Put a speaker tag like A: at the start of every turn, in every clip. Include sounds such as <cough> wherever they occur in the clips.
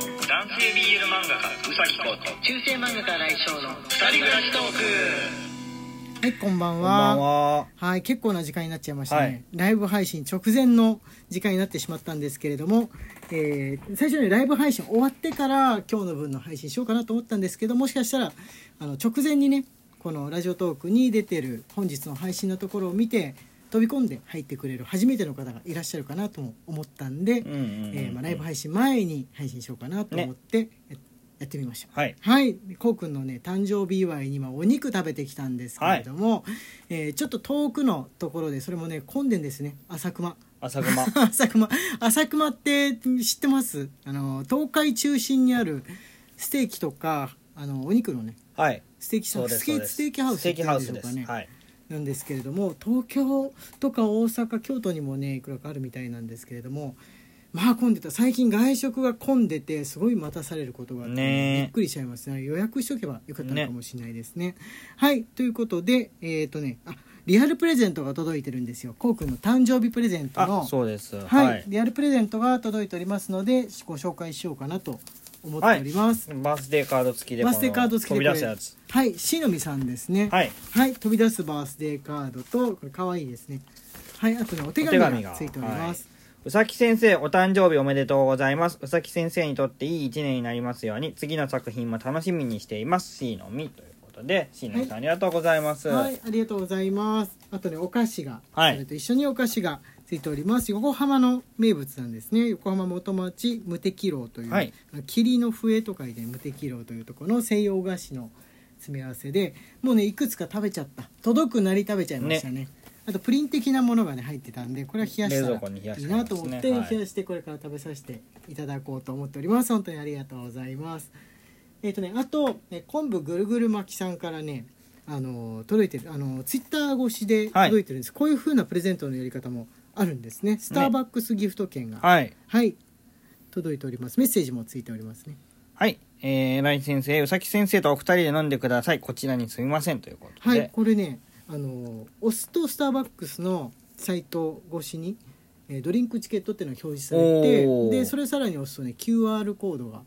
A: 性 BL 漫画家うさぎこと
B: 中世漫画家来翔の
A: 二人暮らしトーク
B: はいこんばん
C: こん
B: は
C: ばんは。
B: はい結構な時間になっちゃいましたね、
C: はい
B: ライブ配信直前の時間になってしまったんですけれども、えー最初にライブ配信終わってから今日の分の配信しようかなと思ったんですけどもしかしたらあの直前にねこのラジオトークに出てる本日の配信のところを見て飛び込んで入ってくれる初めての方がいらっしゃるかなとも思ったんで、
C: うんうんうん
B: えーまあ、ライブ配信前に配信しようかなと思って、ややってみました。
C: はい。
B: はい、こうくんのね誕生日祝いに今お肉食べてきたんですけれども、えーちょっと遠くのところでそれもね混んでんですね浅熊 <laughs>
C: 朝熊。
B: 浅熊浅熊って知ってますあの東海中心にあるステーキとかあのお肉のね
C: はい。
B: ステーキ
C: そうです。
B: ス
C: そう
B: ケ
C: です
B: ステーキハウス
C: ステーキハウス
B: って
C: で
B: 言う
C: す。
B: んでしょうかね
C: はい。
B: なんですけれども東京とか大阪京都にもねいくらかあるみたいなんですけれどもまあ混んでた最近外食が混んでてすごい待たされることがあって、
C: ねえ
B: びっくりしちゃいますね予約しとけばよかったのかもしれないですね。はいということでえっ、とねあリアルプレゼントが届いてるんですよこうくんの誕生日プレゼントの
C: あ、そうです。
B: はい、
C: はい。
B: リアルプレゼントが届いておりますのでご紹介しようかなと思っております。
C: バースデーカード付きで。
B: バースデーカード付きで
C: この飛び出したやつ。
B: はい、しのみさんですね。
C: はい。
B: はい、飛び出すバースデーカードと、これ可愛いですね。はい、あとね、お手
C: お
B: 紙
C: 手紙
B: が
C: が
B: ついております。
C: うさき先生、お誕生日おめでとうございます。うさき先生にとっていい一年になりますように、次の作品も楽しみにしています。しのみということで、しのみさんありがとうございます。
B: はい、ありがとうございます。あとね、お菓子が、
C: はい
B: それと一緒にお菓子がついております。横浜の名物なんですね。横浜元町無敵楼という、
C: はい
B: 霧の笛と書いて無敵楼というところの西洋菓子の詰め合わせで、もうね、いくつか食べちゃった。届くなり食べちゃいましたね。あとプリン的なものがね入ってたんでこれは冷やした
C: 冷
B: ら
C: 蔵庫に冷やし
B: いい
C: てあり
B: な
C: ます
B: と
C: ね
B: 思って
C: はい
B: 冷やしてこれから食べさせていただこうと思っております本当にありがとうございますえっ、とねあとね昆布ぐるぐる巻きさんからねあの届いてるあのツイッター越しで
C: はい
B: 届いてるんです、こういう風なプレゼントのやり方もあるんですねスターバックスギフト券が、はい、
C: はい。
B: 届いておりますメッセージもついておりますね
C: はい。えー、ライ先生、うさき先生とお二人で飲んでください。こちらにすみません。ということ
B: はい
C: で。
B: これねあのオスとスターバックスのサイト越しにえードリンクチケットっていうのが表示され
C: お
B: て
C: ー
B: でそれさらに押すとね QR コードが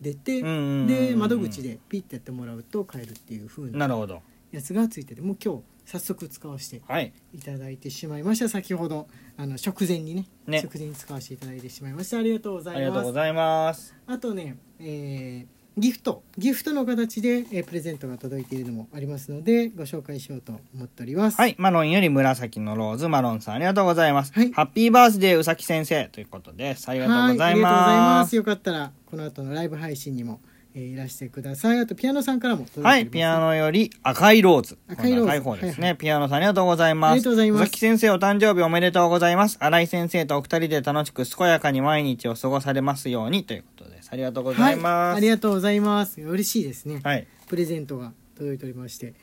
B: 出て
C: うんうんうんうん
B: で窓口でピッてやってもらうと買えるっていう風
C: な
B: な
C: るほど。
B: やつがついててもう今日早速使わせて
C: はい。
B: いただいてしまいました先ほどあの食前にね
C: ね
B: 食前に使わせていただいてしまいましたありがとうござ
C: あ
B: い
C: りがと
B: ま
C: う
B: す
C: ございます。
B: あとね、えーギフトギフトの形で、えープレゼントが届いているのもありますのでご紹介しようと思っております。
C: はい、マロンより紫のローズマロンさんありがとうございます。
B: はい
C: ハッピーバースデーうさき先生ということです。あり
B: は
C: が
B: い、
C: とうございます。
B: よかったらこの後のライブ配信にも、えーいらしてください。あとピアノさんからも届いており
C: は
B: ます、
C: い、ピアノより赤いローズ。
B: 赤いローズ
C: 今度赤い方ですね、
B: はい
C: ピアノさんありがとうございます。
B: ありがとうございます
C: うさき先生お誕生日おめでとうございます。新井先生とお二人で楽しく健やかに毎日を過ごされますようにということです。ありがとうございます。
B: はい、ありがとうございます。嬉しいですね。
C: はい。
B: プレゼントが届いておりまして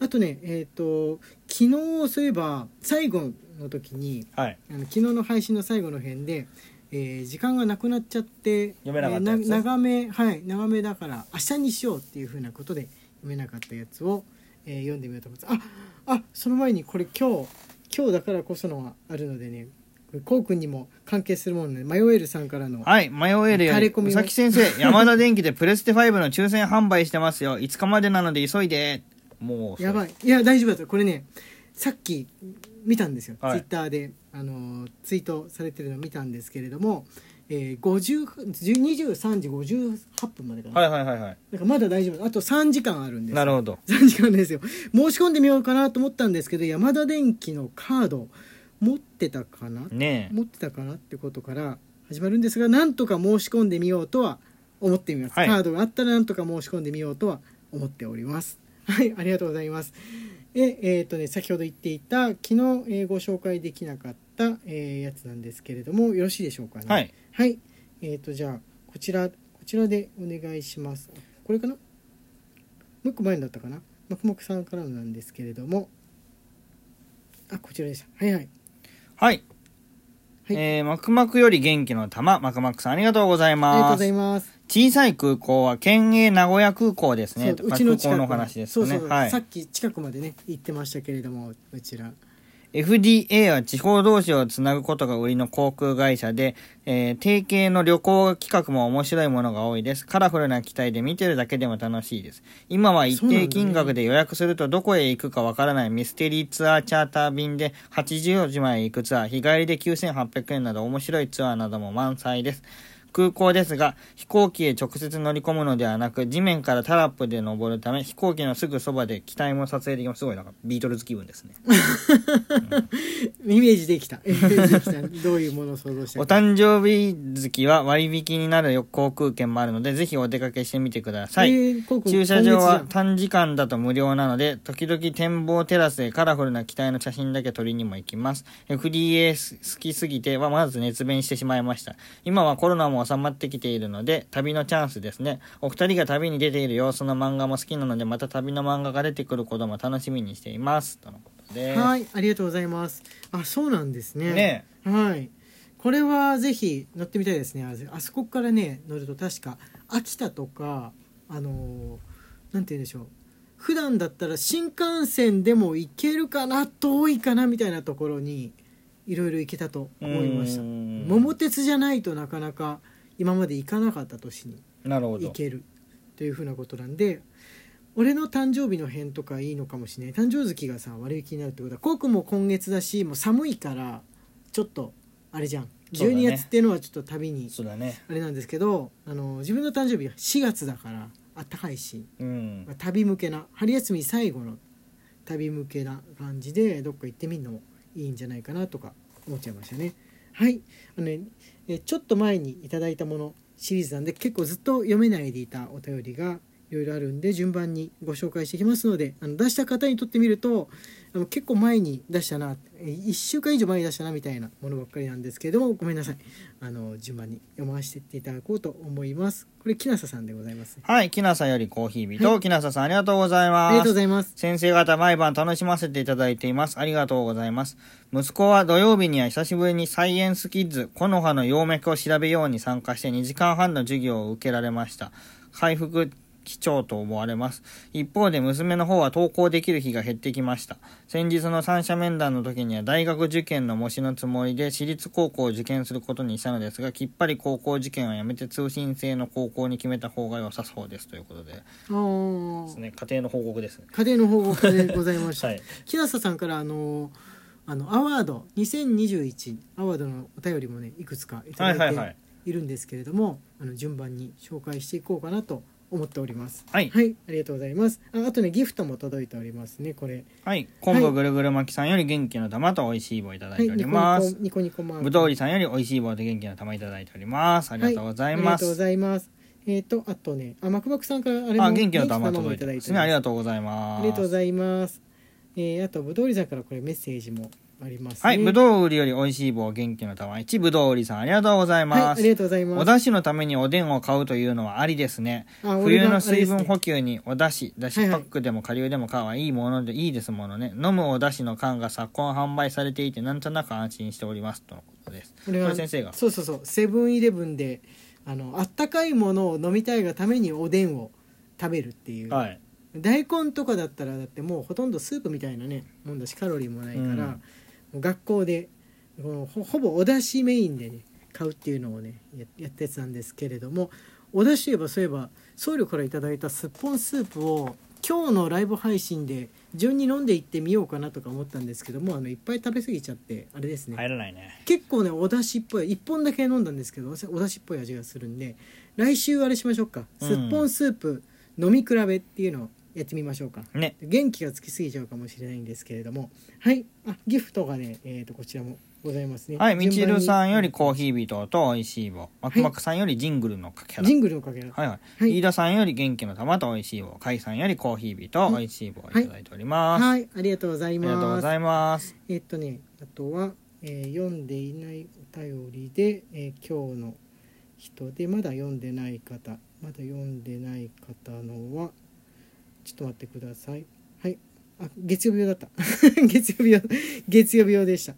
B: あとねえっ、と昨日そういえば最後の時に
C: はい。
B: あの昨日の配信の最後の辺で、えー時間がなくなっちゃって
C: 読めなかったやつ
B: えーな長めはい長めだから明日にしようっていうふうなことで読めなかったやつを、えー読んでみようと思いますああその前にこれ今日今日だからこそのがあるのでねこれこうくんにも関係するもので迷えるさんからの
C: はい、迷える
B: 垂
C: よ
B: れ
C: り
B: 込みを
C: うさき先生、山田電機でプレステ5の抽選販売してますよ。5日までなので急いで。もう、
B: やば
C: い。
B: いいや大丈夫だったこれねさっき見たんですよ、
C: はい
B: ツイッターであのーツイートされてるのを見たんですけれども、えー、50 23時58分までかな,、
C: はいはいはいはい。
B: なんかまだ大丈夫あと3時間あるんです
C: なるほど。
B: 3時間ですよ申し込んでみようかなと思ったんですけど山田電機のカード持ってたかな、
C: ねえ
B: 持ってたかなってことから始まるんですがなんとか申し込んでみようとは思ってみます、
C: はい
B: カードがあったらなんとか申し込んでみようとは思っております <laughs> はいありがとうございますでえっ、とね先ほど言っていた昨日、えーご紹介できなかった、えーやつなんですけれどもよろしいでしょうかね
C: はい、
B: はい、えっ、とじゃあこちらこちらでお願いしますこれかなもう一個前のだったかなもくもくさんからのなんですけれどもあこちらでしたはいはい
C: はい。
B: はい
C: えー、マクマクより元気の玉、マクマクさんありがとうござい
B: ありがとう
C: ま
B: ござい
C: す。
B: ます
C: 小さい空港は県営名古屋空港ですね。
B: そううちの
C: 空
B: 近
C: 港
B: く
C: の話です
B: そう
C: ね。
B: そう、
C: は
B: さ
C: い
B: っ。き近くまでね行ってましたけれどもうちら
C: FDA は地方同士をつなぐことが売りの航空会社で、えー提携の旅行企画も面白いものが多いです。カラフルな機体で見てるだけでも楽しいです。今は一定金額で予約するとどこへ行くかわからないミステリーツアーチャーター便で80時まで行くツアー、日帰りで9800円など面白いツアーなども満載です。空港ですが、飛行機へ直接乗り込むのではなく、地面からタラップで登るため、飛行機のすぐそばで機体も撮影できます。すごい、なんかビートルズ気分ですね。
B: イメージで
C: <laughs>
B: きた。イメージできた。どういうものを想像した
C: お
B: か。
C: 誕生日月は割引になる航空券もあるので、ぜひお出かけしてみてください。
B: えーこうこう
C: 駐車場
B: 今
C: は
B: 月じ
C: 短時間だと無料なので、時々展望テラスでカラフルな機体の写真だけ撮りにも行きます。FDA 好きすぎてはまず熱弁してしまいました。今はコロナも収まってきているので、旅のチャンスですね。お二人が旅に出ている様子の漫画も好きなので、また旅の漫画が出てくることも楽しみにしています。とのことで
B: ゃんはい、ありがとうございます。あ、そうなんですね。
C: ね
B: はい。これはぜひ乗ってみたいですね。ああそこからね、乗ると確か秋田とか、あのーなんて言うんでしょう。普段だったら新幹線でも行けるかな、遠いかなみたいなところに。いろいろ行けたと思いました。
C: うーん
B: 桃鉄じゃないとなかなか今まで行かなかった年に
C: なるほ
B: い
C: ど。
B: けるというふうなことなんで俺の誕生日の辺とかいいのかもしれない誕生月がさ割引になるってことはコウ君も今月だしもう寒いからちょっとあれじゃん
C: そうだね
B: 12月っていうのはちょっと旅に
C: そうだね。
B: あれなんですけど、あの自分の誕生日は4月だからあったかいし、
C: うん
B: まあ。旅向けな春休み最後の旅向けな感じでどっか行ってみるのもいいんじゃないかなとか思っちゃいましたね。はいあのねえちょっと前にいただいたものシリーズなんで結構ずっと読めないでいたお便りがいろいろあるんで順番にご紹介していきますのであの出した方にとってみるとあの結構前に出したな1週間以上前に出したなみたいなものばっかりなんですけれどもごめんなさいあの順番に読ませていただこうと思います。これ木梨さんでございます。
C: はい、きなさよりコーヒー人、きなささんありがとうござい
B: あ
C: ます。
B: りがとうございます。
C: 先生方毎晩楽しませていただいています。ありがとうございます。息子は土曜日には久しぶりにサイエンスキッズ、木の葉の葉脈を調べように参加して2時間半の授業を受けられました。回復基調と思われます。一方で娘の方は登校できる日が減ってきました。先日の三者面談の時には大学受験の模試のつもりで私立高校を受験することにしたのですが、きっぱり高校受験はやめて通信制の高校に決めた方が良さそうですということで、
B: あー
C: ね、家庭の報告ですね。
B: 家庭の報告でございました。
C: はい
B: 木下さんからあのあのアワード2021アワードのお便りもねいくつかいた
C: はいは
B: だ
C: い
B: い
C: は
B: て
C: い。
B: いるんですけれども、あの順番に紹介していこうかなと思っております。
C: はい。
B: はい、ありがとうございます。ああとねギフトも届いておりますねこれ。
C: はい、昆布ぐるぐる巻きさんより元気の玉と美味しい棒いただいておりま
B: ニ
C: す
B: コ。ニコニコマーク
C: ぶどうりさんより美味しい棒と元気の玉いただいております。ありがとうござい
B: はあり
C: ま
B: がとうご
C: す。
B: ざいます。えっ、とあとねあマクマクさんからあれも
C: あ、元気の玉
B: 元気
C: 届いてますね。ありがとうございます。
B: ありがとうございます。えー、あとぶどうりさんからこれメッセージもありますね。
C: はい、ぶどう売りより美味しい棒、元気の玉一ぶどう売りさん、ありがとうござい
B: は
C: ま
B: い、あ
C: す。
B: りがとうございます。
C: お出汁のためにおでんを買うというのはありですね。
B: あ俺
C: 冬
B: が
C: の
B: あれ
C: 水
B: ですね
C: 分補給にお出汁、出汁パックでも顆粒でも缶はいいものでいいですものね。飲むお出汁の缶が昨今販売されていて、なんとなく安心しております。とのことです。こ
B: 俺が
C: れ先生が。
B: そうそうそうセブンイレブンであのあったかいものを飲みたいがためにおでんを食べるっていう、
C: はい。
B: 大根とかだったらだってもうほとんどスープみたいなねもんだしカロリーもないから、
C: うん
B: もう学校でこのほほぼお出汁メインでね買うっていうのをねややったやつなんですけれどもお出汁といえばそういえば僧侶からいただいたすっぽんスープを今日のライブ配信で順に飲んでいってみようかなとか思ったんですけどもあのいっぱい食べ過ぎちゃってあれですね
C: 入らないね。
B: 結構ねお出汁っぽい1本だけ飲んだんですけどお出汁っぽい味がするんで来週あれしましょうか
C: うん
B: すっぽんスープ飲み比べっていうのをやってみましょうか、
C: ね。
B: 元気がつきすぎちゃうかもしれないんですけれどもはいあギフトがね、えー、とこちらもございますね
C: はい、みちるさんより
B: こ
C: コーヒー人と美味しい棒。マクマクさんよりジングルのかけら。
B: ジングルのかけら
C: はいはい。
B: はい
C: 飯田さんより元気の玉と美味しい棒。甲斐さんよりコーヒー人と美味しい棒をいただいております。
B: はいありがとうござい
C: ありがとう
B: ま
C: ご
B: す
C: ざいます。
B: えっとねあとは、えー読んでいないお便りで、えー今日の人でまだ読んでない方まだ読んでない方のはちょっと待ってくださいはいあ月曜日用だった <laughs> 月曜日用月曜日用でした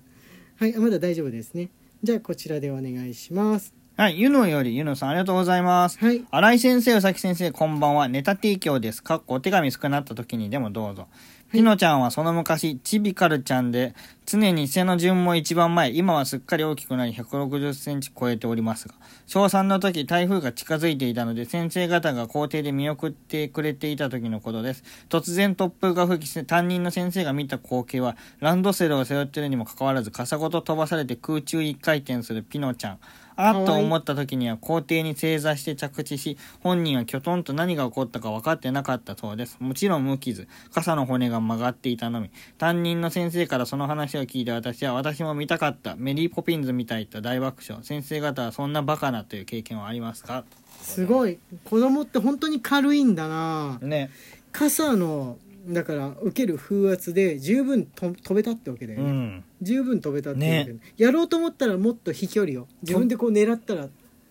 B: はいあまだ大丈夫ですねじゃあこちらでお願いします
C: はい、ゆのよりゆのさんありがとうございます。
B: はい
C: 新井先生、宇崎先生、こんばんは。ネタ提供です。かっこお手紙少なった時にでもどうぞ。ピノちゃんはその昔、チビカルちゃんで、常に背の順も一番前、今はすっかり大きくなり160センチ超えておりますが、小3の時台風が近づいていたので、先生方が校庭で見送ってくれていた時のことです。突然突風が吹き、担任の先生が見た光景は、ランドセルを背負っているにもかかわらず、傘ごと飛ばされて空中一回転するピノちゃん。あっと思った時には校庭に正座して着地し、本人はきょとんと何が起こったか分かってなかったそうです。もちろん無傷。傘の骨が曲がっていたのみ。担任の先生からその話を聞いて私は、私も見たかった。メリーポピンズみたいと大爆笑。先生方はそんなバカなという経験はありますか
B: すごい子供って本当に軽いんだな
C: ね。
B: 傘のだから受ける風圧で十分と飛べたってわけだよ
C: う
B: ね、
C: ん。
B: 十分飛べたっていうわけだよねやろうと思ったらもっと飛距離を自分でこう狙ったら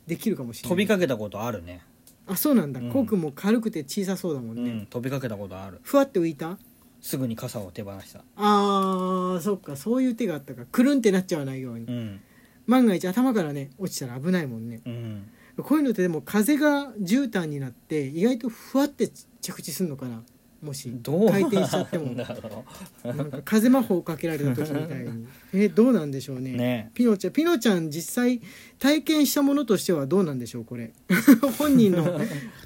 B: できるかもしれな
C: 飛
B: い
C: びかけたことあるね。
B: あそうなんだ、
C: うん
B: コウ君も軽くて小さそうだも
C: うん
B: ね、
C: ん。飛びかけたことある。
B: ふわって浮いた
C: すぐに傘を手放した。
B: あーそっかそういう手があったかくるんってなっちゃわないように、
C: うん。
B: 万が一頭からね落ちたら危ないもんね
C: <laughs> うん。
B: こういうのってでも風が絨毯になって意外とふわって着地するのかなもし
C: どう
B: 回転しちゃっても
C: なんだろ
B: なんか <laughs> 風魔法かけられた時みたい
C: <laughs>
B: にえどうなんでしょう
C: う。
B: ね
C: ね。
B: ピノちゃんピノちゃん実際体験したものとしてはどうなんでしょうこれ <laughs> 本人
C: <laughs>
B: の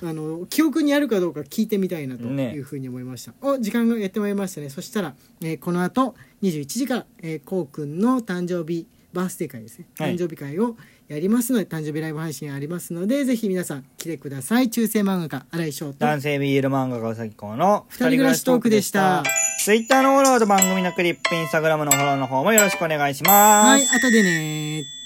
B: あの記憶にあるかどうか聞いてみたいなと
C: ね
B: いうふうに思いました、お時間がやってまいりましたねそしたら、えーこの後21時から、えー、こうくんの誕生日バースデー会ですね
C: はい
B: 誕生日会をやりますので、誕生日ライブ配信ありますのでぜひ皆さん来てください中世漫画家新井翔と
C: 男性 BL 漫画家うさぎこうの
B: 二人暮らしトークでした。
C: ツイッターのフォローと番組のクリップ、インスタグラムのフォローの方もよろしくお願いします。
B: はい後でね